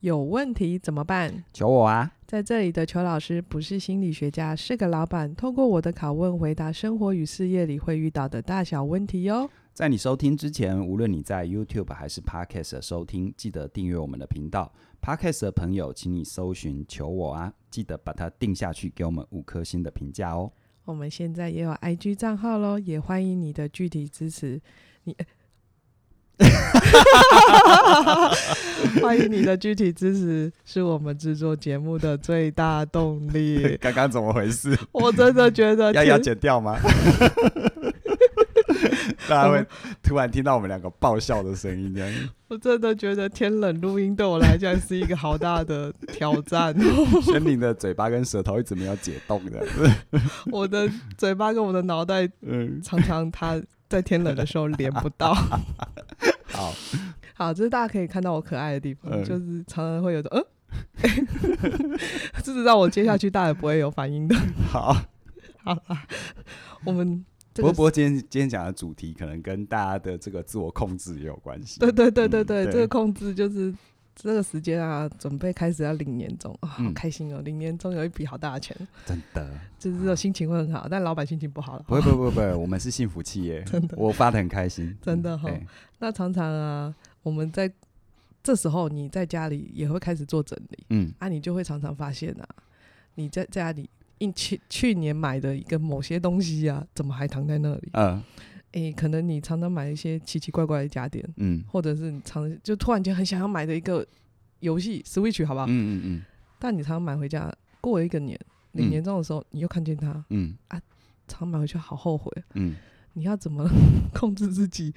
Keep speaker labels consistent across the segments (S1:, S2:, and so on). S1: 有问题怎么办？
S2: 求我啊！
S1: 在这里的裘老师不是心理学家，是个老板。透过我的拷问，回答生活与事业里会遇到的大小问题哟。
S2: 在你收听之前，无论你在 YouTube 还是 Podcast 的收听，记得订阅我们的频道。Podcast 的朋友，请你搜寻“求我啊”，记得把它定下去，给我们五颗星的评价哦。。
S1: 我们现在也有 IG 账号喽，也欢迎你的具体支持。你，欢迎你的具体支持，是我们制作节目的最大动力
S2: 刚刚怎么回 事？
S1: 我真的觉得
S2: 要
S1: 天
S2: 要剪掉 吗？大家会突然听到我们两个爆笑的声音，这样
S1: 我真的觉得天冷录音对我来讲是一个好大的挑 战。
S2: 轩宁的嘴巴跟舌头一直没有解冻的。
S1: 我的嘴巴跟我的脑袋
S2: 嗯，
S1: 常常它在天冷的时候连不 到。
S2: 好，
S1: 好，这是大家可以看到我可爱的地方，
S2: 嗯
S1: 就是常常会有种嗯， 这是让我接下去大家也不会有反应的。
S2: 好。
S1: 好啦，我们这
S2: 不过，
S1: 个
S2: 不过今天今天讲的主题可能跟大家的这个自我控制也有关系。
S1: 对对对对
S2: 嗯
S1: 对，这个控制就是。这个时间啊，准备开始要领年终啊、好
S2: 嗯
S1: 开心哦！领年终有一笔好大的钱，
S2: 真的
S1: 就是这种心情会很好，但老板心情不好了。
S2: 不会不会不会不会，我们是幸福企业，
S1: 真的
S2: 我发的很开心， 嗯哎
S1: 真的哈
S2: 对
S1: 那常常啊，我们在这时候你在家里也会开始做整理
S2: 嗯，
S1: 啊，你就会常常发现啊，你在家里一去去年买的一个某些东西啊，怎么还躺在那里？
S2: 呃，
S1: 诶、可能你常常买一些奇奇怪怪的家电，
S2: 嗯，
S1: 或者是你常就突然间很想要买的一个游戏 Switch 好不好？
S2: 嗯嗯嗯
S1: 但你常常买回家，过了一个年领
S2: 嗯
S1: 年终的时候，你又看见它，
S2: 嗯
S1: 常常买回去好后悔，
S2: 嗯，
S1: 你要怎么 控制自己，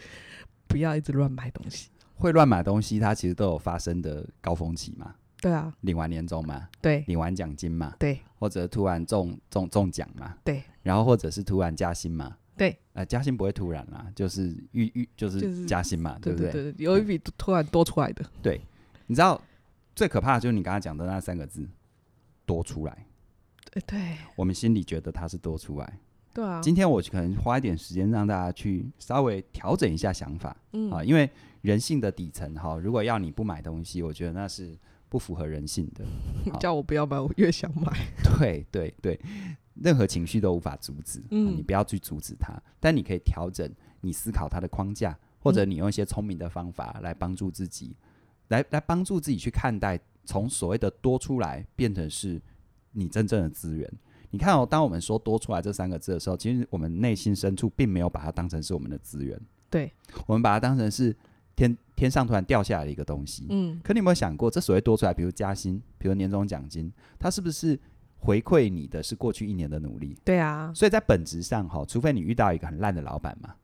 S1: 不要一直乱买东西？
S2: 会乱买东西，它其实都有发生的高峰期嘛，
S1: 对啊，
S2: 领完年终嘛，
S1: 对
S2: 领完奖金嘛，
S1: 对
S2: 或者突然中中中奖嘛，
S1: 对，
S2: 然后或者是突然加薪嘛，
S1: 对，
S2: 呃，加薪不会突然啦，就是预预就
S1: 就是
S2: 是加薪嘛，
S1: 对
S2: 不
S1: 对对，有一笔突突然多出来的，
S2: 你知道最可怕的就是你刚才讲的那三个字“多出来
S1: 对对”，
S2: 我们心里觉得它是多出来。
S1: 对啊，
S2: 今天我可能花一点时间让大家去稍微调整一下想法
S1: 嗯
S2: 啊，因为人性的底层哈，如果要你不买东西，我觉得那是不符合人性的。好
S1: 叫我不要买，我越想买，
S2: 对对对，任何情绪都无法阻止，啊
S1: 嗯
S2: 你不要去阻止它，但你可以调整你思考它的框架，或者你用一些聪明的方法来帮助自己，来来帮助自己去看待从所谓的多出来变成是你真正的资源。你看哦，当我们说“多出来”这三个字的时候，其实我们内心深处并没有把它当成是我们的资源，
S1: 对，
S2: 我们把它当成是天天上突然掉下来的一个东西。
S1: 嗯，
S2: 可你有没有想过，这所谓多出来，比如加薪，比如年终奖金，它是不是回馈你的是过去一年的努力？
S1: 对啊，
S2: 所以在本质上，哈，除非你遇到一个很烂的老板嘛，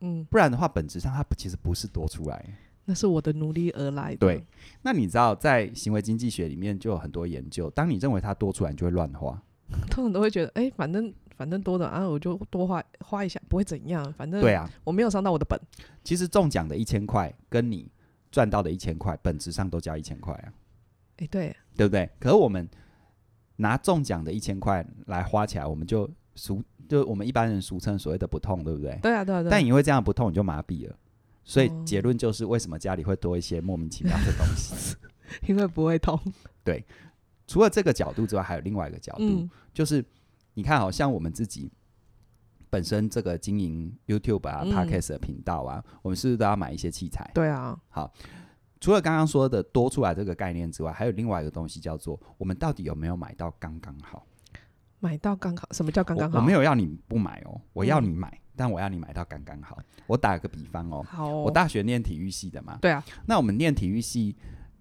S1: 嗯，
S2: 不然的话，本质上它其实不是多出来。
S1: 那是我的努力而来的，
S2: 对，那你知道，在行为经济学里面就有很多研究，当你认为它多出来，你就会乱花。
S1: 通常都会觉得，哎，反正反正多的啊，我就多花花一下，不会怎样，反正
S2: 对啊，
S1: 我没有伤到我的本，
S2: 其实中奖的一千块跟你赚到的一千块，本质上都叫一千块啊。
S1: 哎，对，
S2: 对不对？可是我们拿中奖的一千块来花起来，我们就俗，就我们一般人俗称所谓的不痛，对不对？
S1: 对啊，对啊，对啊，
S2: 但因为这样不痛，你就麻痹了。所以
S1: 哦
S2: 结论就是，为什么家里会多一些莫名其妙的东西？
S1: 因为不会 痛，
S2: 除了这个角度之外，还有另外一个角度，
S1: 嗯，
S2: 就是你看好像我们自己本身这个经营 YouTube 啊、
S1: 嗯
S2: Podcast 的频道啊，我们是不是都要买一些器材？
S1: 对啊，
S2: 除了刚刚说的多出来这个概念之外，还有另外一个东西叫做我们到底有没有买到刚刚好？
S1: 买到刚刚，什么叫刚刚
S2: 我
S1: 好？嗯
S2: 我没
S1: 有，
S2: 有要你不买哦，我要你买，但我要你买到刚刚好。我打个比方哦，
S1: 好哦，
S2: 我大学念体育系的嘛，
S1: 对啊，
S2: 那我们念体育系，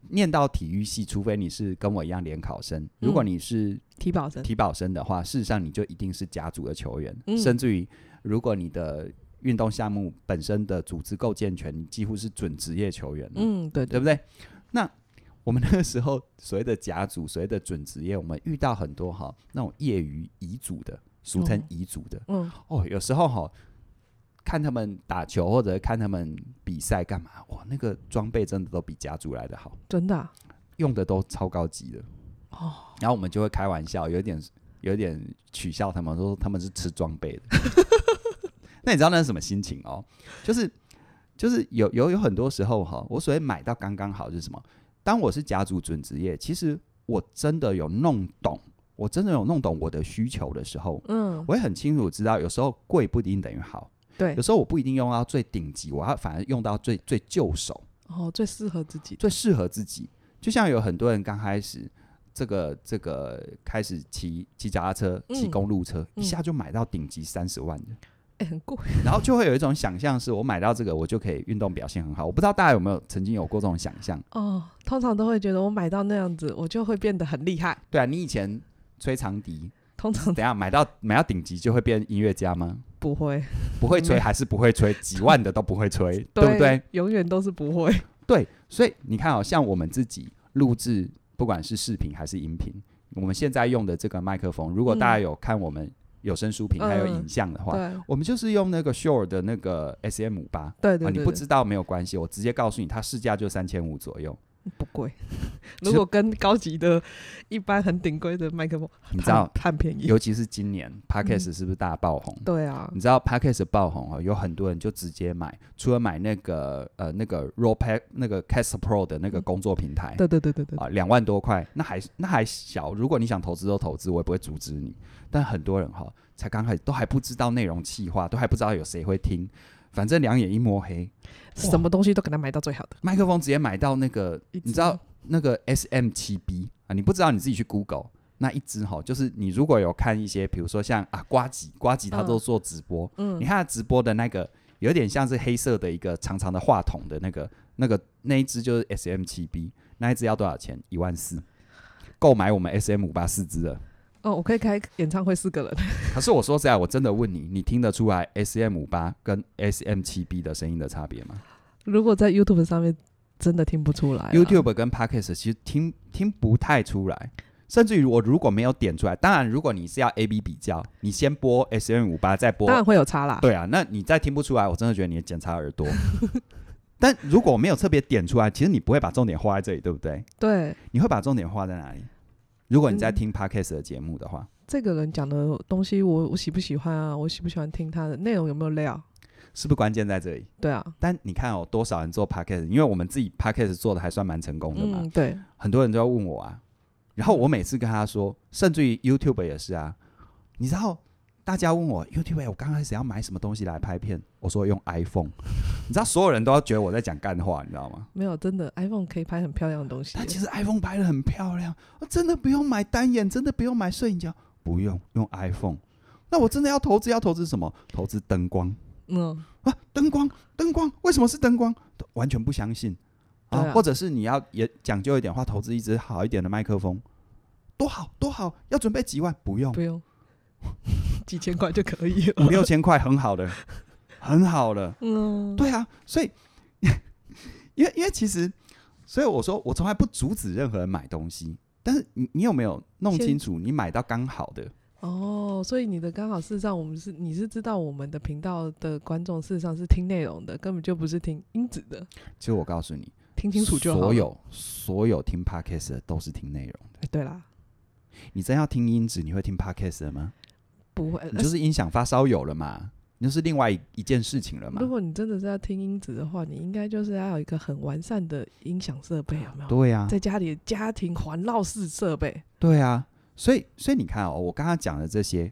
S2: 念到体育系，除非你是跟我一样联考
S1: 嗯
S2: 生，如果你是
S1: 体保生，
S2: 体保生的话，事实上你就一定是甲组的球员，
S1: 嗯
S2: 甚至于如果你的运动项目本身的组织构建权，你几乎是准职业球员了。
S1: 嗯，对对，
S2: 对不对？那我们那个时候所谓的甲组，所谓的准职业，我们遇到很多哈那种业余乙组的，俗称
S1: 哦
S2: 乙组的
S1: 嗯，
S2: 哦有时候哈看他们打球或者看他们比赛干嘛，哇，那个装备真的都比甲组来的好，
S1: 真的啊，
S2: 用的都超高级的
S1: 哦。
S2: 然后我们就会开玩笑，有一点有一点取笑他们，说他们是吃装备的。 那你知道那是什么心情哦？就是就是有有有很多时候哈、我所谓买到刚刚好是什么？当我是甲组准职业，其实我真的有弄懂，我真的有弄懂我的需求的时候，
S1: 嗯，
S2: 我也很清楚知道，有时候贵不一定等于好，
S1: 对
S2: 有，时候我不一定用到最顶级，我要反而用到最最就手。
S1: 哦，最适合自己的，
S2: 最适合自己。就像有很多人刚开始这个这个开始骑骑脚踏车、
S1: 嗯
S2: 骑公路车，
S1: 嗯
S2: 一下就买到顶级三十万的，
S1: 哎、很贵，
S2: 然后就会有一种想象，是我买到这个，我就可以运动表现很好。我不知道大家有没有曾经有过这种想象？
S1: 哦，通常都会觉得我买到那样子，我就会变得很厉害。
S2: 对啊，你以前吹长笛，
S1: 通常
S2: 等一下买到买到顶级就会变音乐家吗？
S1: 不会，
S2: 不会
S1: 嗯
S2: 吹还是不会吹，几万的都不会 吹，对不对？？
S1: 永远都是不会。
S2: 对，所以你看哦，像我们自己录制，不管是视频还是音频，我们现在用的这个麦克风，如果大家有看我们有声书评还有
S1: 嗯
S2: 影像的话，
S1: 对，
S2: 我们就是用那个 Shure 的那个 SM 五八。
S1: 对对对
S2: 啊，你
S1: 对
S2: 不知道没有关系，我直接告诉你，它市价就三千五左右。
S1: 不贵。
S2: 其实
S1: 如果跟高级的、一般很顶规的麦克风，
S2: 你知道
S1: 很，很便宜。
S2: 尤其是今年 Podcast
S1: 嗯
S2: 是不是大爆红？
S1: 对啊，
S2: 你知道 Podcast 爆红哦，有很多人就直接买，除了买那个呃那个 Raw Pack 那个 Cast Pro 的那
S1: 嗯
S2: 个工作平台，
S1: 对对对对对，
S2: 啊，两万多块，那还那还小。如果你想投资就投资，我也不会阻止你。但很多人哈，才刚开始都还不知道内容企划，都还不知道有谁会听，反正两眼一摸黑，
S1: 什么东西都给他买到最好的。
S2: 麦克风直接买到那个，
S1: 一支
S2: 你知道那个 S M 七 B 啊，你不知道你自己去 Google 那一支哈，就是你如果有看一些，比如说像啊瓜吉，瓜吉他
S1: 嗯
S2: 都做直播，你
S1: 嗯，
S2: 看他直播的那个。有点像是黑色的一个长长的话筒的那个那个那一只就是 S M 七 B，那一只要多少钱？一万四，购买我们 S M 五八四支的。
S1: 哦，我可以开演唱会四个人，
S2: 可是我说实在，我真的问你，你听得出来 S M 五八跟 S M 七 B 的声音的差别吗
S1: 如果在 YouTube 上面真的听不出来啊。
S2: ？YouTube 跟 Podcast 其实听听不太出来，甚至于我如果没有点出来，当然如果你是要 A B 比较，你先播 S M 五八再播
S1: 当然会有差啦。
S2: 对啊，那你再听不出来，我真的觉得你检查耳朵。 但如果我没有特别点出来，其实你不会把重点画在这里，对不对？
S1: 对，
S2: 你会把重点画在哪里？如果你在
S1: 嗯
S2: 听 podcast 的节目的话，
S1: 这个人讲的东西我我喜不喜欢啊？我喜不喜欢听他的内容有没有料？
S2: 是不是关键在这里？
S1: 对啊，
S2: 但你看哦，多少人做 podcast，因为我们自己 podcast 做的还算蛮成功的嘛，
S1: 嗯，对，
S2: 很多人都要问我啊。然后我每次跟他说，甚至于 YouTube 也是啊，你知道大家问我 YouTube，我刚开始要买什么东西来拍片，我说用 iPhone，你知 道所有人都要觉得我在讲干话，你知道吗？
S1: 没有真的 iPhone 可以拍很漂亮的东西
S2: 但。其实 iPhone 拍的很漂亮，啊真的不用买单眼，真的不用买摄影胶，不用用 iPhone。那我真的要投资，要投资什么？投资灯光
S1: 嗯，
S2: 啊，灯光，灯光，为什么是灯光？都完全不相信啊！
S1: 对啊
S2: 或者是你要也讲究一点的话，投资一支好一点的麦克风，多好多好，要准备几万，不用
S1: 不用， 几千块就可以了。
S2: 五 六千块，很好的，很好了。
S1: 嗯，
S2: 对啊，所以 因为因为其实，所以我说我从来不阻止任何人买东西，但是你你有没有弄
S1: 先
S2: 清楚你买到刚好的？
S1: 哦，所以你的刚好事实上我们是你是知道我们的频道的观众事实上是听内容的，根本就不是听音质的，
S2: 其实我告诉你，
S1: 听清楚就好了。
S2: 所有所有听 podcast 的都是听内容的。
S1: 哎对啦，
S2: 你真要听音质，你会听 podcast 的吗？
S1: 不会。呃
S2: 你就是音响发烧友了嘛，你就是另外一一件事情了嘛
S1: 如。果你真的是要听音质的话，你应该就是要有一个很完善的音响设备，有没有？
S2: 对啊，
S1: 在家里的家庭环绕式设备，
S2: 对啊，所以所以你看哦，我刚刚讲的这些，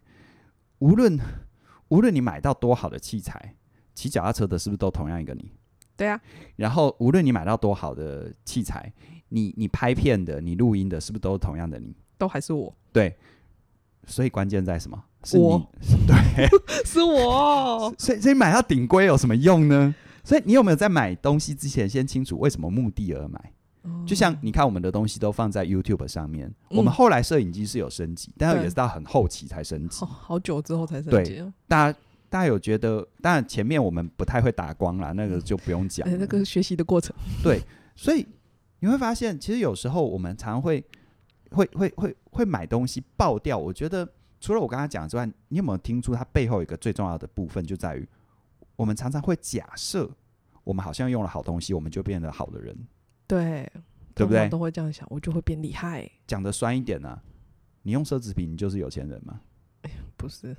S2: 无论无论你买到多好的器材，骑脚踏车的是不是都同样一个你？
S1: 对啊，
S2: 然后无论你买到多好的器材，你你拍片的、你录音的，是不是都是同样的你？
S1: 都还是我，
S2: 对，所以关键在什么？是你，
S1: 我 哦是我
S2: 所以所以买到顶规有什么用呢？所以你有没有在买东西之前先清楚为什么目的而买？
S1: 哦
S2: 就像你看我们的东西都放在 YouTube 上面，我们
S1: 嗯
S2: 后来摄影机是有升级，但
S1: 对哦
S2: 也是到很后期才升级
S1: 好。好久之后才升
S2: 对
S1: 级哦，
S2: 大家大家有觉得？当然前面我们不太会打光啦，那个就不用讲
S1: 哎
S2: 了。
S1: 那个学习的过程，
S2: 所以你会发现，其实有时候我们常会会会会会买东西爆掉。我觉得除了我刚刚讲之外，你有没有听出它背后有一个最重要的部分，就在于我们常常会假设我们好像用了好东西，我们就变得好的人。
S1: 对，
S2: 对不
S1: 通
S2: 对
S1: 常都会这样想，我就会变厉害，
S2: 讲的酸一点呢、你用奢侈品，你就是有钱人嘛？
S1: 不是，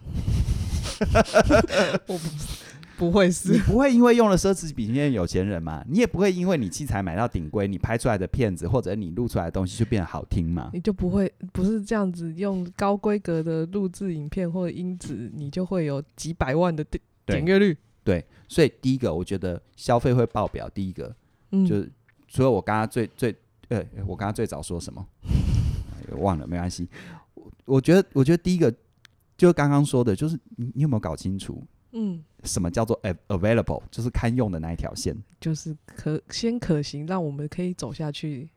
S1: 我不是，不会
S2: 你
S1: 是，
S2: 不会因为用了奢侈品变有钱人嘛？你也不会因为你器材买到顶规，你拍出来的片子或者你录出来的东西就变得好听嘛？
S1: 你就不会不是这样子用高规格的录制影片或者音质，你就会有几百万的点
S2: 对
S1: 点阅率。
S2: 所以第一个，我觉得消费会爆表。第一个
S1: 嗯，
S2: 就是，所以我刚刚最最呃，我刚刚最早说什么？ 哎忘了，没关系。我我觉得，我觉得第一个就是刚刚说的，就是你你有没有搞清楚
S1: 嗯，
S2: 什么叫做 av- available，就是堪用的那一条线？
S1: 就是可先可行，让我们可以走下去。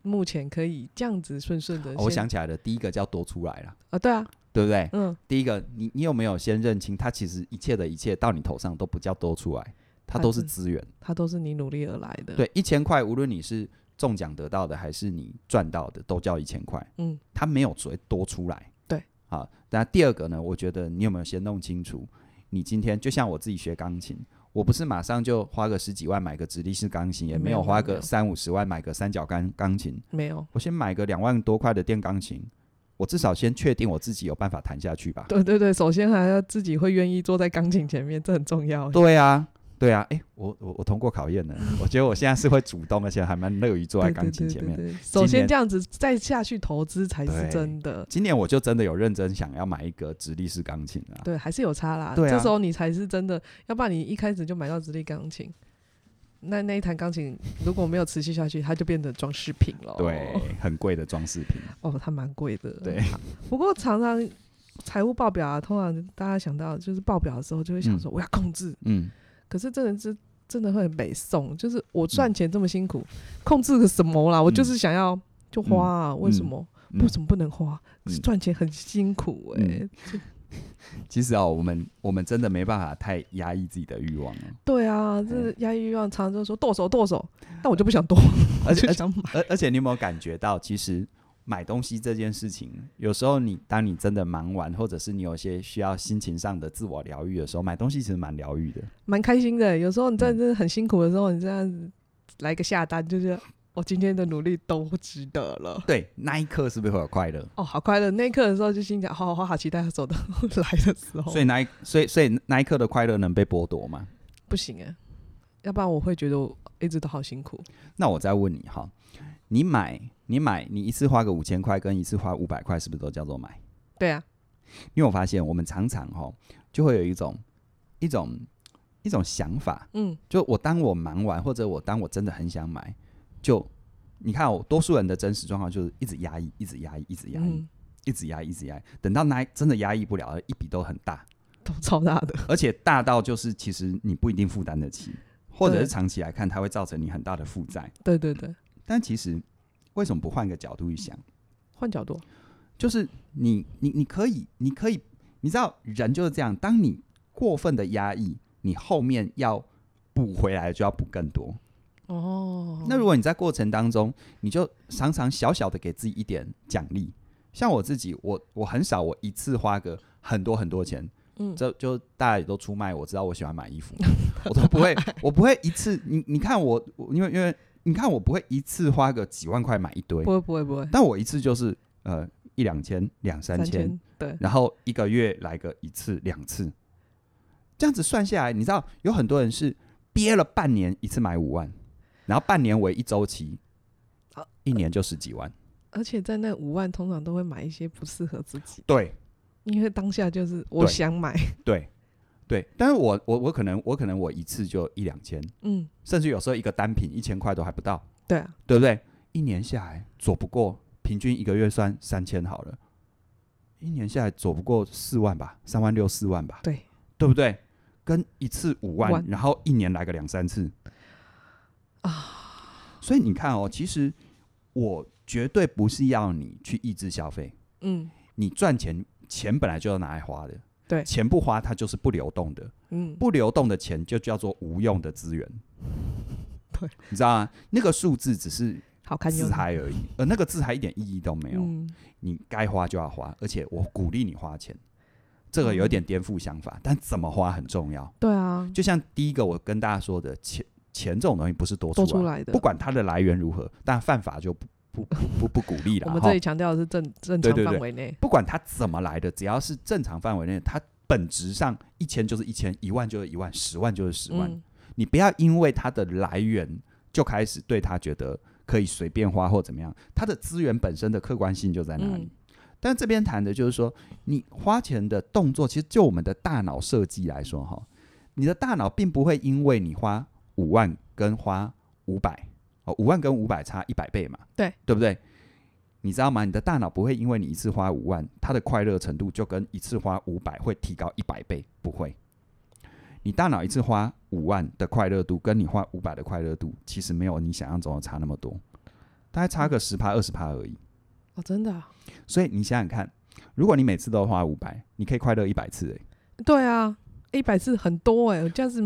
S1: 目前可以这样子顺顺的、
S2: 哦我想起来了，第一个叫多出来了，
S1: 啊，对啊，
S2: 对不对？
S1: 嗯，
S2: 第一个，你你有没有先认清，它其实一切的一切到你头上都不叫多出来，
S1: 它
S2: 它都是
S1: 是
S2: 资源。
S1: 它都是你努力而来的。，
S2: 对，一千块，无论你是中奖得到的还是你赚到的，都叫一千块。
S1: 嗯，
S2: 它没有所谓多出来。
S1: 对，
S2: 好，那第二个呢？我觉得你有没有先弄清楚，你今天就像我自己学钢琴，我不是马上就花个十几万买个直立式钢琴，也
S1: 没
S2: 没
S1: 有
S2: 有花
S1: 没有没
S2: 个
S1: 有
S2: 三五十万买个三角钢钢琴，
S1: 没有，
S2: 我先买个两万多块的电钢琴，我至少先确定我自己有办法弹下去吧。
S1: 对对对，首先还要自己会愿意坐在钢琴前面，这很重要。
S2: 对啊，对啊，诶，我我我通过考验了，我觉得我现在是会主动，而且还蛮乐于坐在
S1: 对
S2: 钢琴
S1: 对
S2: 前
S1: 对
S2: 面。
S1: 对对首先
S2: 年
S1: 这样子再下去投资才是
S2: 对
S1: 真的。
S2: 今年我就真的有认真想要买一个直立式钢琴啊。
S1: 对，还是有差啦。
S2: 对啊
S1: 这时候你才是真的，要不然你一开始就买到直立钢琴，那那一台钢琴如果没有持续下去，它就变成装饰品了。
S2: 对，很贵的装饰品。
S1: 哦，它蛮贵的。
S2: 对，
S1: 不过常常财务报表啊，通常大家想到就是报表的时候，就会想
S2: 嗯
S1: 说我要控制，
S2: 嗯，
S1: 可是真的是真的会很北宋，就是我赚钱这么辛苦，控制个什么啦？我就是想要就花啊，为什么？
S2: 嗯
S1: 为什么不能花？可是
S2: 嗯
S1: 赚钱很辛苦哎、
S2: 嗯其实啊、我们我们真的没办法太压抑自己的欲望 了，
S1: 对
S2: 嗯
S1: 啊，这压抑欲望常常就说剁手剁手，但我就不想剁，
S2: 而且
S1: 就
S2: 而且
S1: 想买。
S2: 而而且你有没有感觉到，其实买东西这件事情，有时候你当你真的忙完，或者是你有一些需要心情上的自我疗愈的时候，买东西其实蛮疗愈的。
S1: 蛮开心的。欸有时候你
S2: 嗯
S1: 真的是很辛苦的时候，你这样子来个下单，就是我今天的努力都值得了。
S2: 对，那一刻是不是会有快乐？
S1: 哦，好快乐！那一刻的时候就心想，好好好好期待他走到来的时候。
S2: 所以那一所以所以那一刻的快乐能被剥夺吗？
S1: 不行哎、要不然我会觉得我一直都好辛苦。
S2: 那我再问你哈，你买你买你一次花个五千块，跟一次花五百块，是不是都叫做买？
S1: 对啊，
S2: 因为我发现我们常常哈就会有一种一种一种想法，
S1: 嗯，
S2: 就我当我忙完，或者我当我真的很想买，就你看哦我多数人的真实状况就是一直压抑，一直压抑，一直压抑，
S1: 嗯，
S2: 一直压抑，一直压抑，等到那真的压抑不了，一笔都很大，
S1: 都超大的。
S2: 而且大到就是其实你不一定负担得起，或者
S1: 对
S2: 是长期来看，它会造成你很大的负债。
S1: 对对对，
S2: 但其实为什么不换个角度去想？
S1: 换角度，
S2: 就是你你你可以你可以，你知道人就是这样，当你过分的压抑，你后面要补回来就要补更多。
S1: 哦
S2: 那如果你在过程当中，你就常常小小的给自己一点奖励。像我自己，我我很少，我一次花个很多很多钱，
S1: 嗯
S2: 这就大家也都出卖，我知道我喜欢买衣服， 我都不会，我不会一次。你你看我，我因为因为你看我不会一次花个几万块买一堆
S1: 不，会不会不会，
S2: 但我一次就是呃一两千、两三千，
S1: 千，对，
S2: 然后一个月来个一次、两次，这样子算下来，你知道有很多人是憋了半年一次买五万，然后半年为一周期
S1: 啊，
S2: 一年就十几万。
S1: 而且在那五万通常都会买一些不适合自己，
S2: 对
S1: 因为当下就是我
S2: 对
S1: 想买，
S2: 对对，但是我我我可能我可能我一次就一两千，
S1: 嗯，
S2: 甚至有时候一个单品一千块都还不到，
S1: 对啊，
S2: 对不对？一年下来左不过，平均一个月算三千好了，一年下来左不过四万吧，三万六四万吧。
S1: 对，
S2: 对不对？跟一次五万，
S1: 万
S2: 然后一年来个两三次啊。所以你看哦，其实我绝对不是要你去抑制消费，
S1: 嗯
S2: 你赚钱，钱本来就要拿来花的，
S1: 对
S2: 钱不花它就是不流动的，
S1: 嗯，
S2: 不流动的钱就叫做无用的资源。
S1: 对，
S2: 你知道吗？那个数字只是
S1: 好看
S2: 自
S1: 用
S2: 嗨而已，呃，那个自嗨一点意义都没有。
S1: 嗯，
S2: 你该花就要花，而且我鼓励你花钱，这个有
S1: 嗯
S2: 点颠覆想法，但怎么花很重要。
S1: 对啊，
S2: 就像第一个我跟大家说的，钱钱这种东西不是多
S1: 多
S2: 出来，
S1: 出来的
S2: 不。管它的来源如何，但犯法就不不不不不鼓励
S1: 我
S2: 了
S1: 们
S2: 哈
S1: 这里。强调的是正正
S2: 对
S1: 常
S2: 对对
S1: 范围内，
S2: 不管它怎么来的，只要是正常范围内，它本质上一千就是一千，一万就是一万，十万就是十万。
S1: 嗯
S2: 你不要因为它的来源就开始对它觉得可以随便花或怎么样，它的资源本身的客观性就在那里。
S1: 嗯
S2: 但这边谈的就是说，你花钱的动作，其实就我们的大脑设计来说，哈，你的大脑并不会因为你花五万跟花五百，哦，五万跟五百差一百倍嘛，
S1: 对
S2: 对不对？你知道吗？你的大脑不会因为你一次花五万，它的快乐程度就跟一次花五百会提高一百倍，不会。你大脑一次花五万的快乐度，跟你花五百的快乐度，其实没有你想象中的差那么多，大概差个十趴二十趴而已。
S1: 哦，真的啊、
S2: 所以你想想看，如果你每次都花五百，你可以快乐一百次、欸，
S1: 对啊，一百次很多哎、我这样子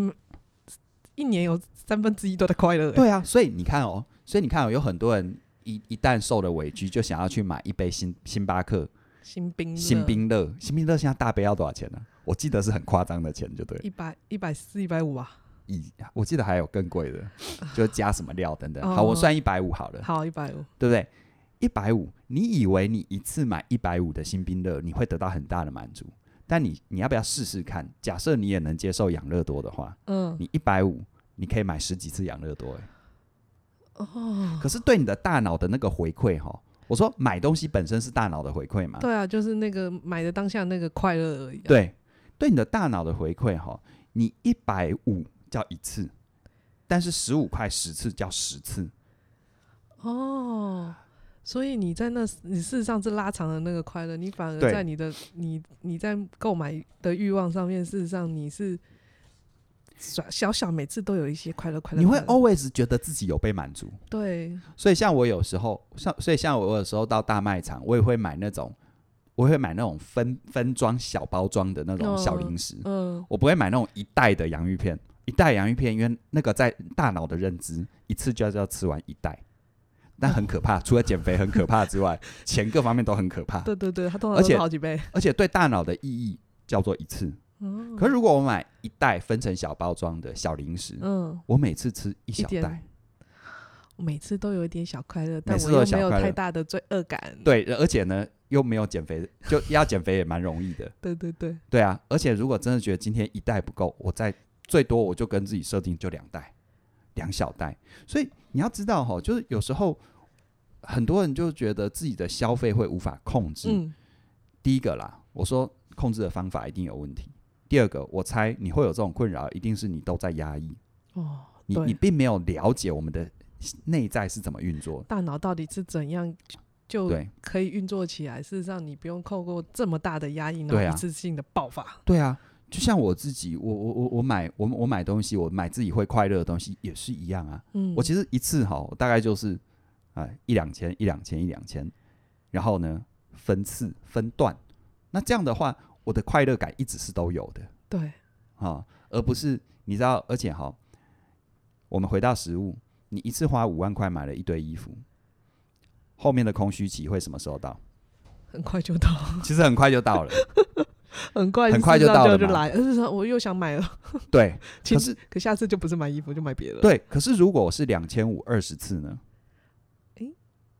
S1: 一年有三分之一都在快乐、欸。
S2: 对啊，所以你看哦，所以你看哦，有很多人一一旦受了委屈，就想要去买一杯星星巴克、
S1: 新兵乐，
S2: 星冰乐。星冰乐现在大杯要多少钱呢、我记得是很夸张的钱，就对了，
S1: 一百一百四一百五啊，
S2: 以我记得还有更 贵的，就是加什么料等等。好，
S1: 哦
S2: 我算一百五好了，
S1: 好一百五，
S2: 对不对？一百五，你以为你一次买一百五的新冰乐，你会得到很大的满足，但你你要不要试试看？假设你也能接受养乐多的话，
S1: 嗯，
S2: 你一百五，你可以买十几次养乐多、欸，
S1: 哦，
S2: 可是对你的大脑的那个回馈哈，我说买东西本身是大脑的回馈嘛，
S1: 对啊，就是那个买的当下那个快乐而已、啊。，
S2: 对，对你的大脑的回馈哈，你一百五叫一次，但是十五块十次叫十次，
S1: 哦，所以你在那，你事实上是拉长了那个快乐，你反而
S2: 对
S1: 在你的你你在购买的欲望上面，事实上你是小小小每次都有一些快乐快乐，
S2: 你会
S1: 快乐
S2: always 觉得自己有被满足。
S1: 对，
S2: 所以像我有时候，像所以像我有时候到大卖场，我也会买那种，我会买那种分分装小包装的那
S1: 哦
S2: 种小零食，
S1: 嗯，
S2: 我不会买那种一袋的洋芋片。一袋洋芋片，因为那个在大脑的认知，一次就要就要吃完一袋，但很 可怕。除了减肥很可怕之外，钱各方面都很可怕，
S1: 对对对，它通
S2: 而
S1: 常都
S2: 且
S1: 是好几倍，
S2: 而且对大脑的意义叫做一次。
S1: 嗯
S2: 可是如果我买一袋分成小包装的小零食，
S1: 嗯，
S2: 我每次吃一
S1: 一
S2: 小袋
S1: 点，。每次都有一点小快乐，但
S2: 每次
S1: 我
S2: 都有
S1: 又
S2: 小
S1: 没有
S2: 快乐
S1: 太大的罪恶感。
S2: 对，而且呢又没有减肥，就要减肥也蛮容易的。
S1: 对对对，
S2: 对啊，而且如果真的觉得今天一袋不够，我再最多我就跟自己设定就两袋，两小袋。所以你要知道哈、就是有时候很多人就觉得自己的消费会无法控制。
S1: 嗯，
S2: 第一个啦，我说控制的方法一定有问题。第二个，我猜你会有这种困扰，一定是你都在压抑，
S1: 哦，
S2: 你
S1: 对
S2: 你并没有了解我们的内在是怎么运作的。
S1: 大脑到底是怎样就
S2: 对
S1: 可以运作起来？事实上，你不用透过这么大的压抑，然
S2: 对啊
S1: 后一次性的爆发。
S2: 对啊，就像我自己，我我我我买我我买东西，我买自己会快乐的东西也是一样啊。
S1: 嗯，
S2: 我其实一次哈，我大概就是啊一两千一两千一两千，然后呢分次分段，那这样的话，我的快乐感一直是都有的
S1: 对，
S2: 啊，而不是你知道，而且哈，我们回到食物，你一次花五万块买了一堆衣服，后面的空虚期会什么时候到？
S1: 很快就到，
S2: 其实很快就到了，
S1: 很快，
S2: 很快就
S1: 事实上
S2: 到了
S1: 就
S2: 嘛
S1: 来。 事实上，我又想买了，
S2: 对，
S1: 其
S2: 可
S1: 实
S2: 是
S1: 可下次就不是买衣服，就买别的。，
S2: 对，可是如果我是两千五二十次呢？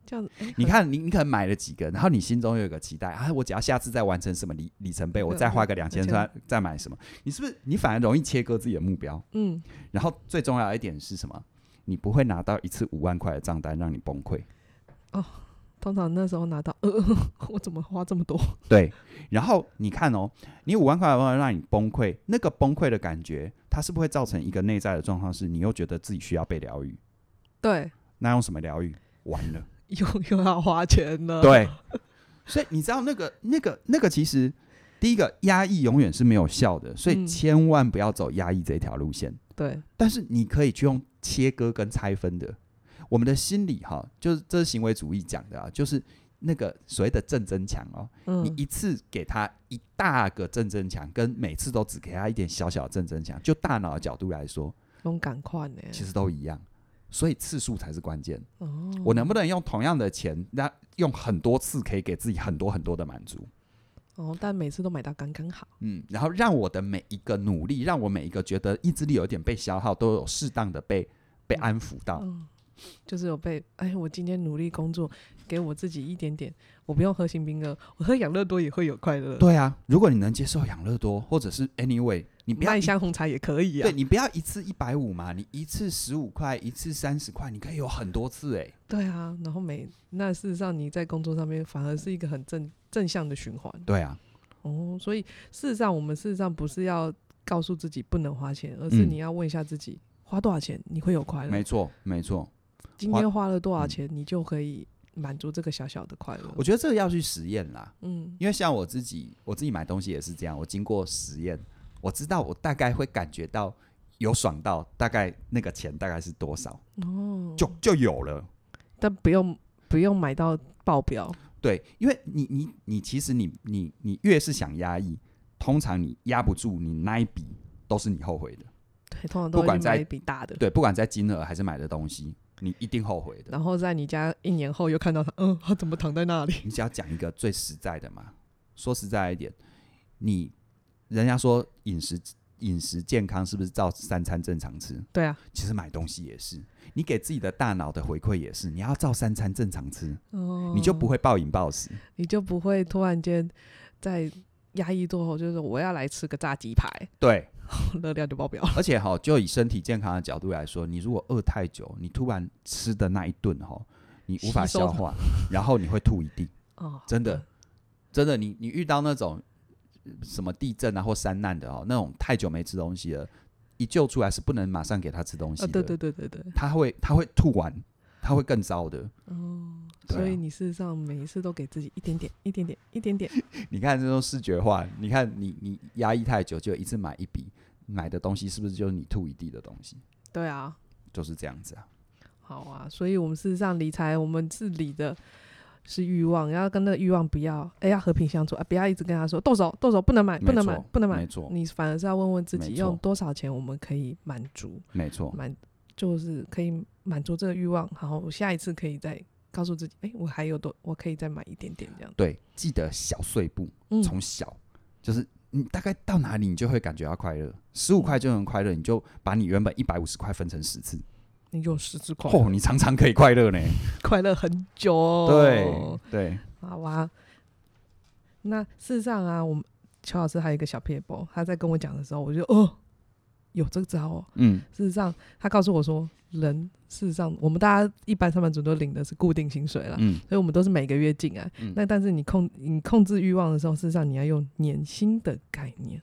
S1: 这样子，哎
S2: 你，看，你你可能买了几个，然后你心中有个期待啊，我只要下次再完成什么里里程碑，我再花个两千
S1: 2000
S2: 块再买什么，你是不是你反而容易切割自己的目标？
S1: 很嗯，
S2: 然后最重要的一点是什么？你不会拿到一次五万块的账单让你崩溃，
S1: 通常那时候拿到， 呃，我怎么花这么多？
S2: 对。然后你看哦，你五万块的话让你崩溃，那个崩溃的感觉，它是不是会造成一个内在的状况，是你又觉得自己需要被疗愈？
S1: 对，
S2: 那用什么疗愈？完了。
S1: 又又要花钱 了。，
S2: 对，所以你知道那个、那个、那个，其实第一个压抑永远是没有效的，所以
S1: 嗯
S2: 千万不要走压抑这条路线。
S1: 对，
S2: 但是你可以去用切割跟拆分的。我们的心理哈，就是这是行为主义讲的啊，就是那个所谓的正增强哦，你
S1: 嗯，
S2: 一次给他一大个正增强，跟每次都只给他一点小小的正增强，就大脑的角度来说，
S1: 用赶快呢。
S2: 其实都一样，所以次数才是关键。
S1: 哦，
S2: 我能不能用同样的钱，那用很多次可以给自己很多很多的满足？
S1: 哦，但每次都买到刚刚好。
S2: 嗯，然后让我的每一个努力，让我每一个觉得意志力有一点被消耗，都有适当的被被安抚到。
S1: 嗯，就是有被哎，我今天努力工作，给我自己一点点，我不用喝星冰乐，我喝养乐多也会有快乐。，
S2: 对啊，如果你能接受养乐多，或者是 anyway，你不要
S1: 卖
S2: 一
S1: 香红茶也可以啊
S2: 对。你不要一次一百五嘛，你一次十五块，一次三十块，你可以有很多次哎、
S1: 对啊，然后每那事实上你在工作上面反而是一个很正正向的循环
S2: 对啊，
S1: 哦，所以事实上我们事实上不是要告诉自己不能花钱，而是
S2: 嗯
S1: 你要问一下自己、花多少钱你会有快乐
S2: 没，错没错。
S1: 今
S2: 花
S1: 天花了多少
S2: 嗯
S1: 钱你就可以满足这个小小的快乐
S2: 我。觉得这个要去实验啦，
S1: 嗯，
S2: 因为像我自己，我自己买东西也是这样，我经过实验，我知道我大概会感觉到有爽到大概那个钱大概是多少，
S1: 哦，
S2: 就就有了。
S1: 但不用不用买到爆表，
S2: 对，因为你你你其实你你你越是想压抑，通常你压不住，你那一笔都是你后悔的。
S1: 对，通常都
S2: 不
S1: 会
S2: 管
S1: 去买
S2: 在
S1: 一笔大的，
S2: 对，不管在金额还是买的东西，你一定后悔的。
S1: 然后在你家一年后又看到他，嗯，他怎么躺在那里？
S2: 你只要讲一个最实在的嘛，说实在一点，你人家说饮食饮食健康是不是照三餐正常吃？
S1: 对啊，
S2: 其实买东西也是，你给自己的大脑的回馈也是，你要照三餐正常吃，
S1: 哦，
S2: 你就不会暴饮暴食。
S1: 你就不会突然间在压抑过后，就是我要来吃个炸鸡排，
S2: 对，
S1: 热量就爆表了。
S2: 而且哈、就以身体健康的角度来说，你如果饿太久，你突然吃的那一顿哈、你无法
S1: 吸收
S2: 消化，然后你会吐一 地。
S1: 哦，
S2: 真的，真的，你你遇到那种呃什么地震啊或山难的哦，那种太久没吃东西了，一救出来是不能马上给他吃东西
S1: 啊，
S2: 的，
S1: 对对对对对，
S2: 他会他会吐完，他会更糟的。
S1: 哦，
S2: 对啊
S1: 所以你事实上每一次都给自己一点点，一点点，一点点，
S2: 你看这种视觉化，你看你你压抑太久，就一次买一笔买的东西，是不是就是你吐一地的东西？
S1: 对啊，
S2: 就是这样子啊。
S1: 好啊，所以我们事实上理财，我们是理的。是欲望，要跟那个欲望不要，哎，要和平相处啊！不要一直跟他说动手，动手，不能买，不能买
S2: 没错，
S1: 不能买
S2: 没。错，
S1: 你反而是要问问自己，
S2: 没错
S1: 用多少钱我们可以满足，
S2: 没错，
S1: 满就是可以满足这个欲望，然后我下一次可以再告诉自己，哎、我还有多，我可以再买一点点这样。
S2: 对，记得小碎步，
S1: 嗯，
S2: 从小就是你大概到哪里，你就会感觉到快乐。十
S1: 嗯
S2: 五块就能快乐，你就把你原本一百五十块分成十次，
S1: 你有十之快乐，
S2: 哦，你常常可以快乐呢。
S1: 快乐很久、哦
S2: 对，对，
S1: 好啊。那事实上啊，我们邱老师还有一个小撇步，他在跟我讲的时候，我就哦，有这个招哦。
S2: 嗯，
S1: 事实上，他告诉我说，人事实上，我们大家一般上班族都领的是固定薪水啦，
S2: 嗯，
S1: 所以我们都是每个月进来。
S2: 嗯
S1: 那但是你控你控制欲望的时候，事实上你要用年薪的概念。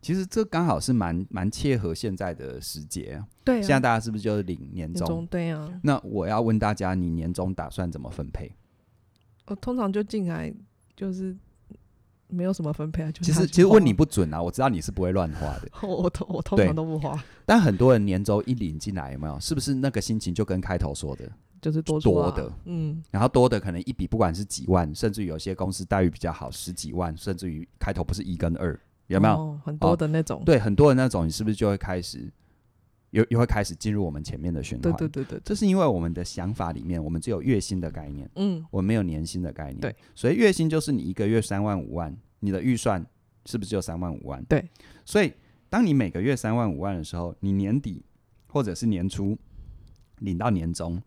S2: 其实这刚好是蛮蛮切合现在的时节啊。
S1: 对啊，
S2: 现在大家是不是就是领年
S1: 年
S2: 终
S1: 终？对啊，
S2: 那我要问大家，你年终打算怎么分配？
S1: 我通常就进来就是没有什么分配啊，就是
S2: 其
S1: 拿
S2: 实
S1: 去
S2: 其实问你
S1: 花，
S2: 不准啊，我知道你是不会乱花的。
S1: 我我通我通
S2: 对
S1: 常都不花，
S2: 但很多人年终一领进来，有没有？是不是那个心情就跟开头说的？
S1: 就是多出啊
S2: 多的，
S1: 嗯，
S2: 然后多的可能一笔不管是几万，甚至于有些公司待遇比较好，十几万，甚至于开头不是一跟二，有没有？
S1: 哦很多的那种？
S2: 对，很多人那种，你是不是就会开始，又又会开始进入我们前面的循环？
S1: 对对对对对，
S2: 这是因为我们的想法里面，我们只有月薪的概念，
S1: 嗯，
S2: 我们没有年薪的概念。
S1: 对，
S2: 所以月薪就是你一个月三万五万，你的预算是不是就三万五万？
S1: 对，
S2: 所以当你每个月三万五万的时候，你年底或者是年初领到年终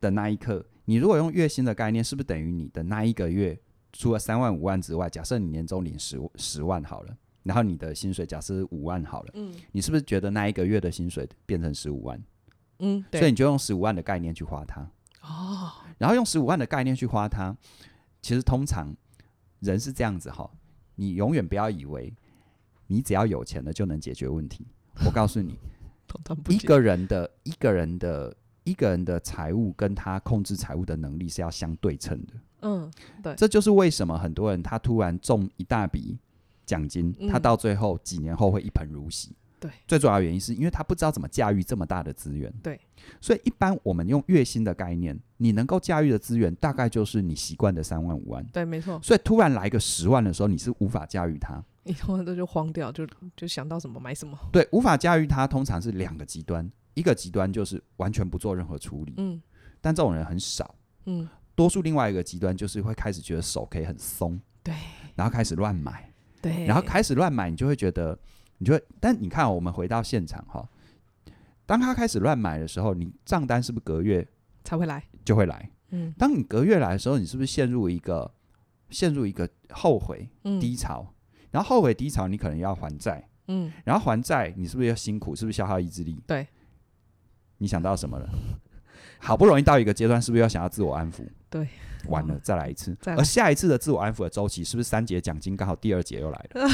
S2: 的那一刻，你如果用月薪的概念，是不是等于你的那一个月除了三万五万之外，假设你年终领十十万好了，然后你的薪水假设是五万好了，
S1: 嗯
S2: 你是不是觉得那一个月的薪水变成十五万？
S1: 嗯，
S2: 所以
S1: 对，
S2: 你就用十五万的概念去花它。
S1: 哦，
S2: 然后用十五万的概念去花它，其实通常人是这样子哈，你永远不要以为你只要有钱了就能解决问题。我告诉你，
S1: 通常 不
S2: 一
S1: 解
S2: 个人的一个人的一个人的财务跟他控制财务的能力是要相对称的。
S1: 嗯，
S2: 这就是为什么很多人他突然中一大笔奖金，
S1: 嗯
S2: 他到最后几年后会一盆如洗。
S1: 对，
S2: 最主要的原因是因为他不知道怎么驾驭这么大的资源。
S1: 对，
S2: 所以一般我们用月薪的概念，你能够驾驭的资源大概就是你习惯的三万五万。
S1: 对，没错，
S2: 所以突然来个十万的时候，你是无法驾驭它。
S1: 你通常都就慌掉，就就想到什么买什么，
S2: 对，无法驾驭它，通常是两个极端，一个极端就是完全不做任何处理，
S1: 嗯
S2: 但这种人很少。
S1: 嗯，
S2: 多数另外一个极端就是会开始觉得手可以很松，
S1: 对，
S2: 然后开始乱买，
S1: 对，
S2: 然后开始乱买，你就会觉得，你就会，但你啊看哦、我们回到现场哈、当他开始乱买的时候，你账单是不是隔月
S1: 才会来。
S2: 就会来。
S1: 嗯
S2: 当你隔月来的时候，你是不是陷入一个陷入一个后悔
S1: 嗯
S2: 低潮？然后后悔低潮，你可能要还债，
S1: 嗯，
S2: 然后还债，你是不是要辛苦？是不是消耗意志力？
S1: 对，
S2: 你想到什么了？ 好不容易到一个阶段，是不是要想要自我安抚？
S1: 对，
S2: 完了再来一次。
S1: 再来
S2: 而下一次的自我安抚的周期，是不是三节奖金刚好第二节又来 了？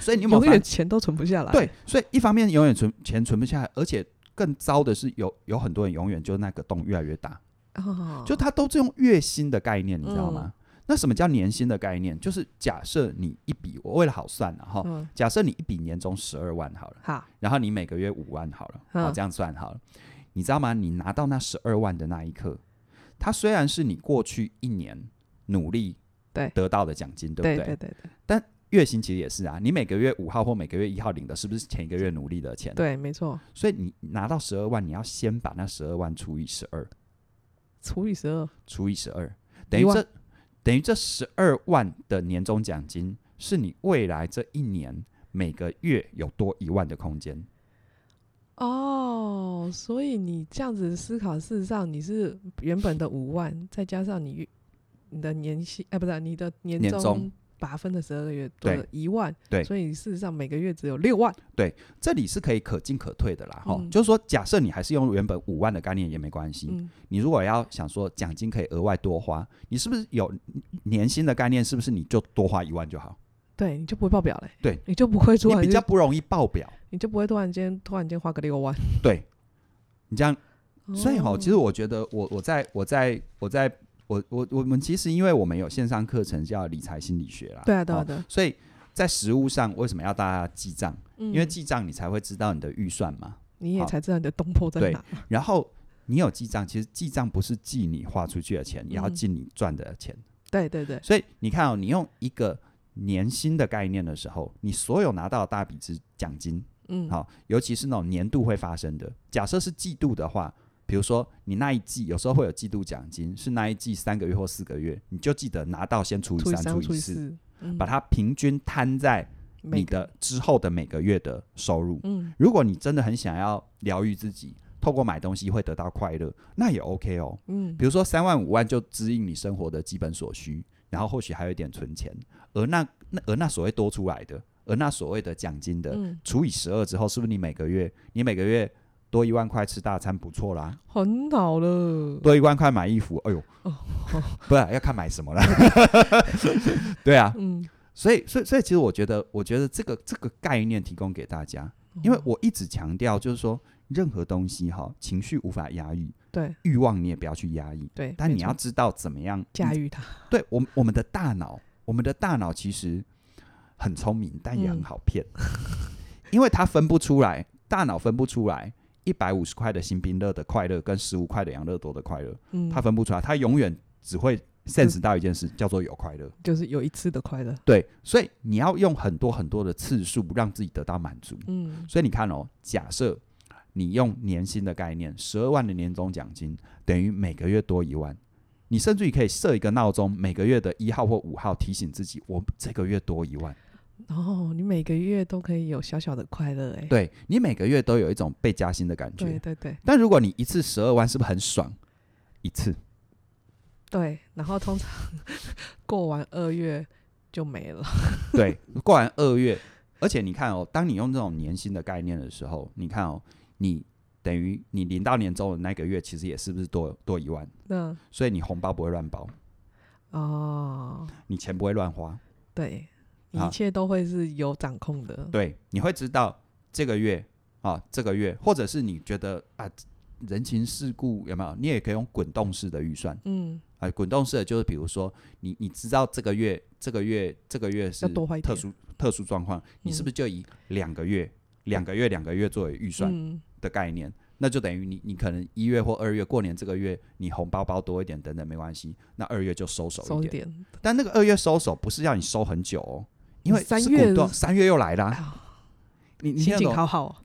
S2: 所以你有没有
S1: 永
S2: 发
S1: 远钱都存不下来。
S2: 对，所以一方面永远存钱存不下来，而且更糟的是有有很多人永远就那个洞越来越大，
S1: 哦，嗯
S2: 就他都是用月薪的概念，你知道吗？那什么叫年薪的概念？就是假设你一笔，我为了好算啊哈，
S1: 嗯
S2: 假设你一笔年终十二万好了，
S1: 好，
S2: 然后你每个月五万好了，好
S1: 嗯
S2: 这样算好了，你知道吗？你拿到那十二万的那一刻，它虽然是你过去一年努力
S1: 对
S2: 得到的奖金，对不
S1: 对
S2: 对
S1: 对对对
S2: 月薪其实也是啊，你每个月五号或每个月一号领的，是不是前一个月努力的钱？
S1: 对，没错，
S2: 所以你拿到十二万，你要先把那十二万除以十二，
S1: 除以十二，
S2: 除以十二，等于
S1: 一万
S2: 这等于这十二万的年终奖金是你未来这一年每个月有多一万的空间。
S1: 哦，所以你这样子思考，事实上你是原本的五万，再加上你你的年薪，哎，不是你的年
S2: 年
S1: 终
S2: 终
S1: 把它分了十二个月，多
S2: 对
S1: 了一万，
S2: 对
S1: 所以事实上每个月只有六万，
S2: 这里是可以可进可退的啦，哈、
S1: 嗯
S2: 就是说，假设你还是用原本五万的概念也没关系。
S1: 嗯，
S2: 你如果要想说奖金可以额外多花，你是不是有年薪的概念？是不是你就多花一万就好？
S1: 对，你就不会报表嘞，
S2: 对，
S1: 你就不会突
S2: 你
S1: 然
S2: 比较
S1: 间，
S2: 不容易爆表。
S1: 你就不会突然间突然间花个六万，
S2: 对，你这样所以哈、
S1: 哦
S2: 其实我觉得我我在我在我在我我我们其实因为我们有线上课程叫理财心理学啦，
S1: 对啊对啊
S2: 哦
S1: 对啊，
S2: 所以在实物上为什么要大家记账？
S1: 因
S2: 因为记账你才会知道你的预算嘛。
S1: 嗯你也
S2: 好
S1: 才知道你的东坡在
S2: 对
S1: 哪，
S2: 然后你有记账，其实记账不是记你花出去的钱，也要
S1: 嗯
S2: 记你赚的钱。
S1: 对对对，
S2: 所以你看哦，你用一个年薪的概念的时候，你所有拿到的大笔之奖金，
S1: 嗯，
S2: 好、尤其是那种年度会发生的，假设是季度的话，比如说你那一季有时候会有季度奖金，是那一季三个月或四个月，你就记得拿到先除以
S1: 除以
S2: 三
S1: 三
S2: 除
S1: 除
S2: 以
S1: 以
S2: 四，
S1: 四，嗯
S2: 把它平均摊在
S1: 每
S2: 你
S1: 个
S2: 的之后的每个月的收入。
S1: 嗯
S2: 如果你真的很想要疗愈自己，透过买东西会得到快乐，那也 OK 哦。
S1: 嗯
S2: 比如说三万五万就支应你生活的基本所需，然后或许还有一点存钱，而那那而那所谓多出来的，而那所谓的奖金的，
S1: 嗯，
S2: 除以十二之后，是不是你每个月你每个月多一万块吃大餐不错啦？
S1: 很好了，
S2: 多一万块买衣服，哎呦，
S1: 哦
S2: 不是要看买什 么啦。对啊，
S1: 嗯，
S2: 所以所以所以其实我觉得，我觉得这个这个概念提供给大家，因为
S1: 哦
S2: 我一直强调就是说，任何东西哈，情绪无法压抑，
S1: 对
S2: 欲望你也不要去压抑，
S1: 对，
S2: 但
S1: 嗯没
S2: 你要
S1: 错
S2: 知道怎么样
S1: 驾驭它，
S2: 对我们我们的大脑，我们的大脑其实很聪明，但
S1: 嗯
S2: 也很好骗，因为它分不出来，大脑分不出来一百五十块的新冰乐的快乐跟十五块的养乐多的快乐，
S1: 嗯，
S2: 它分不出来，它永远只会 sense 到一件事，叫做有快乐。
S1: 就是有一次的快乐，
S2: 对，所以你要用很多很多的次数让自己得到满足。
S1: 嗯
S2: 所以你看哦，假设你用年薪的概念，十二万的年终奖金等于每个月多一万。你甚至于可以设一个闹钟，每个月的一号或五号提醒自己，我这个月多一万。
S1: 然后你每个月都可以有小小的快乐，哎，
S2: 对你每个月都有一种被加薪的感
S1: 对
S2: 觉。
S1: 对对
S2: 但如果你一次十二万，是不是很爽？一次
S1: 对，然后通常 过完二月就没了，
S2: 对，过完二月，而且你看哦，当你用这种年薪的概念的时候，你看哦，你等于你领到年终的那个月，其实也是不是多多一万？
S1: 那
S2: 所以你红包不会乱包，
S1: 哦，
S2: 你钱不会乱花。
S1: 嗯对，
S2: 好
S1: 一切都会是有掌控的，
S2: 啊对，你会知道这个月啊，这个月，或者是你觉得啊，人情世故有没有？你也可以用滚动式的预算
S1: 嗯，
S2: 啊，滚动式的就是比如说，你你知道这个月、这个月、这个月是
S1: 要多花一
S2: 特
S1: 点
S2: 殊特殊状况，你是
S1: 嗯
S2: 不是就以两个月、两个月、两个月作为预算
S1: 嗯
S2: 的概念？那就等于你，你可能一月或二月过年这个月，你红包包多一点等等没关系，那二月就收手
S1: 收
S2: 一
S1: 一
S2: 点。
S1: 点，
S2: 但那个二月收手不是要你收很久哦，因为
S1: 你三
S2: 是
S1: 月
S2: 滚动三月又来啦、
S1: 哎呦
S2: 啊你你听
S1: 心
S2: 得
S1: 情
S2: 懂
S1: 好好哦，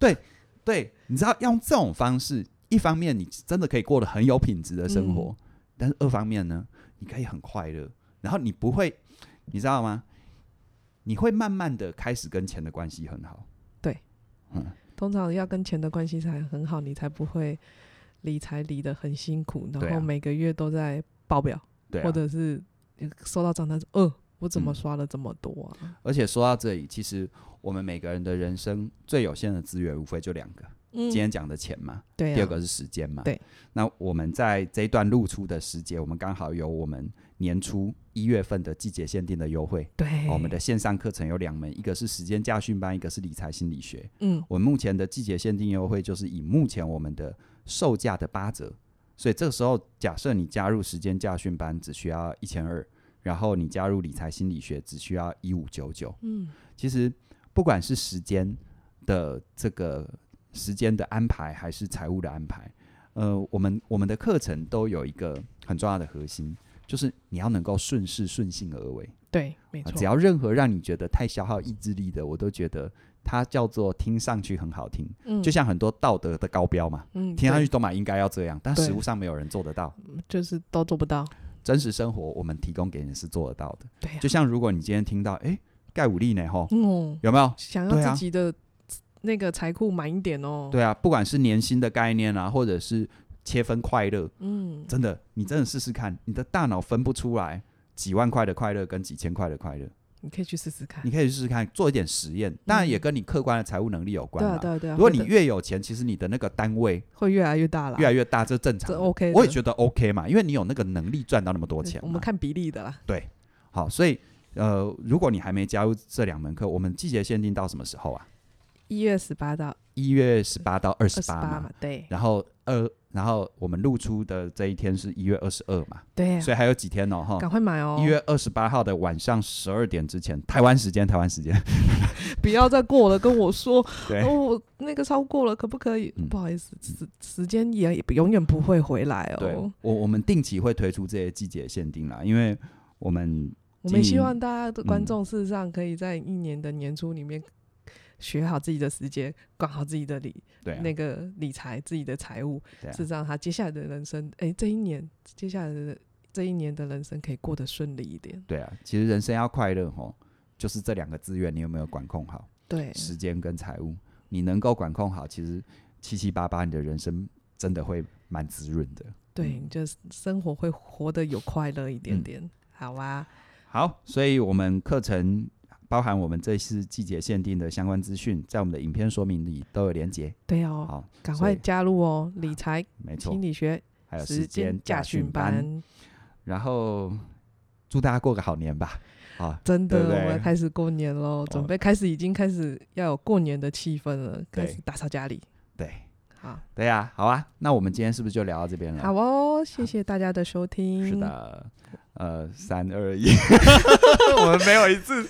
S2: 对，你知道要用这种方式，一方面你真的可以过得很有品质的生活，
S1: 嗯
S2: 但是二方面呢，你可以很快乐，然后你不会，你知道吗？你会慢慢的开始跟钱的关系很好。
S1: 通常要跟钱的关系才很好，你才不会理财理得很辛苦，
S2: 对
S1: 然后
S2: 啊
S1: 每个月都在报表，
S2: 对、啊，
S1: 或者是收到账单说，呃，我怎么
S2: 嗯
S1: 刷了这么多啊？
S2: 而且说到这里，其实我们每个人的人生最有限的资源，无非就两个。
S1: 嗯，
S2: 今天讲的钱嘛，
S1: 对、啊，
S2: 第二个是时间嘛。
S1: 对。
S2: 那我们在这一段露出的时节，我们刚好有我们年初一月份的季节限定的优惠。哦
S1: 对、
S2: 我们的线上课程有两门，一个是时间驾训班，一个是理财心理学。
S1: 嗯
S2: 我们目前的季节限定优惠就是以目前我们的售价的八折，所以这个时候假设你加入时间驾训班只需要一千二，然后你加入理财心理学只需要一五九九。
S1: 嗯
S2: 其实不管是时间的这个时间的安排，还是财务的安排，呃，我们我们的课程都有一个很重要的核心，就是你要能够顺势顺性而为。
S1: 对，没
S2: 啊
S1: 错，
S2: 只要任何让你觉得太消耗意志力的，我都觉得它叫做听上去很好听，
S1: 嗯
S2: 就像很多道德的高标嘛，
S1: 嗯
S2: 听上
S1: 对
S2: 去都蛮应该要这样，但
S1: 对嗯
S2: 实物上没有人做得到。
S1: 就是都做不到，
S2: 真实生活我们提供给你是做得到的，
S1: 对、啊，
S2: 就像如果你今天听到，诶，盖武力呢吼，
S1: 嗯，
S2: 有没有？
S1: 想
S2: 对
S1: 要
S2: 啊
S1: 自己的那个财库满一点哦，，
S2: 对啊，不管是年薪的概念啊，或者是切分快乐，
S1: 嗯，
S2: 真的，你真的试试看，你的大脑分不出来几万块的快乐跟几千块的快乐，
S1: 你可以去试试看啊
S2: 你，可以试试看，做一点实验，当然也跟你客观的财务能力有关
S1: 对啊
S2: 嘛。
S1: 对啊对啊，
S2: 如果
S1: 会
S2: 你
S1: 的
S2: 越有钱，其实你的那个单位
S1: 会越来越大了，
S2: 越来越大，这正
S1: 啊
S2: 常
S1: 这
S2: 的。
S1: OK 的
S2: 我也觉得 OK 嘛，因为你有那个能力赚到那么多钱嘛。啊
S1: 我们看比例的啦，
S2: 好，所以呃，如果你还没加入这两门课，我们季节限定到什么时候啊？
S1: 一月十八到
S2: 一月十八到二
S1: 二
S2: 十
S1: 十
S2: 八
S1: 八
S2: 嘛
S1: 嘛，，对
S2: 然后呃，然后我们露出的这一天是一月二十二嘛，
S1: 对、啊，
S2: 所以还有几天哦，哈。
S1: 赶快买哦，
S2: 一月二十八号的晚上十二点之前，台湾时间，台湾时间，
S1: 不要再过了，跟我说
S2: 对
S1: 哦，我那个超过了，可不可以？
S2: 哎嗯
S1: 不好意思，时时间也永远不会回来
S2: 对
S1: 哦。
S2: 我我们定期会推出这些季节限定啦，因为我们
S1: 我们也
S2: 经
S1: 希
S2: 营
S1: 望大家的观
S2: 嗯
S1: 众事实上可以在一年的年初里面学好自己的时间，管好自己的理、
S2: 对、啊、
S1: 那个理财、自己的财务，
S2: 对啊
S1: 事实上他接下来的人生，哎、这一年接下来的这一年的人生可以过得顺利一点。
S2: 对啊，其实人生要快乐吼，就是这两个资源你有没有管控好，
S1: 对，
S2: 时间跟财务，你能够管控好，其实七七八八你的人生真的会蛮滋润的。
S1: 对，你就是生活会活得有快乐一点
S2: 嗯
S1: 点。好啊，
S2: 好，所以我们课程包含我们这次季节限定的相关资讯，在我们的影片说明里都有连结。
S1: 对哦，
S2: 好，
S1: 赶
S2: 所
S1: 快
S2: 以
S1: 加入哦，理财、
S2: 没错
S1: 心，理学、
S2: 还有
S1: 时
S2: 时
S1: 间
S2: 间
S1: 驾
S2: 驾
S1: 训
S2: 训班，
S1: 班，
S2: 然后祝大家过个好年吧。啊，
S1: 真的，
S2: 对不对哦
S1: 我要开始过年喽，准备开始已经开始要有过年的气氛了，开始打扫家里。
S2: 对
S1: 好，
S2: 对呀、好啊，那我们今天是不是就聊到这边了？
S1: 好嗯哦，谢谢大家的收听。
S2: 嗯是，的，呃，三二一， 我们没有一次，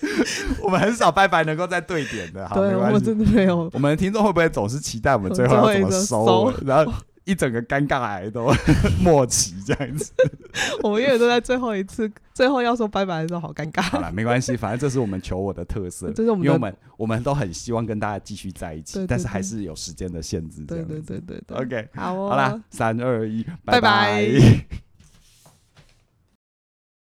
S2: 我们很少拜拜能够再对点的，好，没
S1: 对我
S2: 关系。
S1: 真的没有，
S2: 我们的听众会不会总是期待我们最后
S1: 我
S2: 要
S1: 们
S2: 怎
S1: 最后
S2: 么
S1: 一个
S2: 收尾，然后一整个尴尬癌都默契这 样子？
S1: 我们永远都在最后一次，最后要说拜拜的时候好尴
S2: 好
S1: 尬。
S2: 了，没关系，反正这是我们求我的特色，
S1: 这是我们
S2: 因为
S1: 的
S2: 我们我们都很希望跟大家继续在一起，
S1: 对对
S2: 但是还
S1: 对
S2: 是有时间的限制这
S1: 对
S2: 样
S1: 对对
S2: 子。
S1: 对对
S2: OK，
S1: 好哦，
S2: 好啦，，三二一，
S1: 拜拜
S2: 拜拜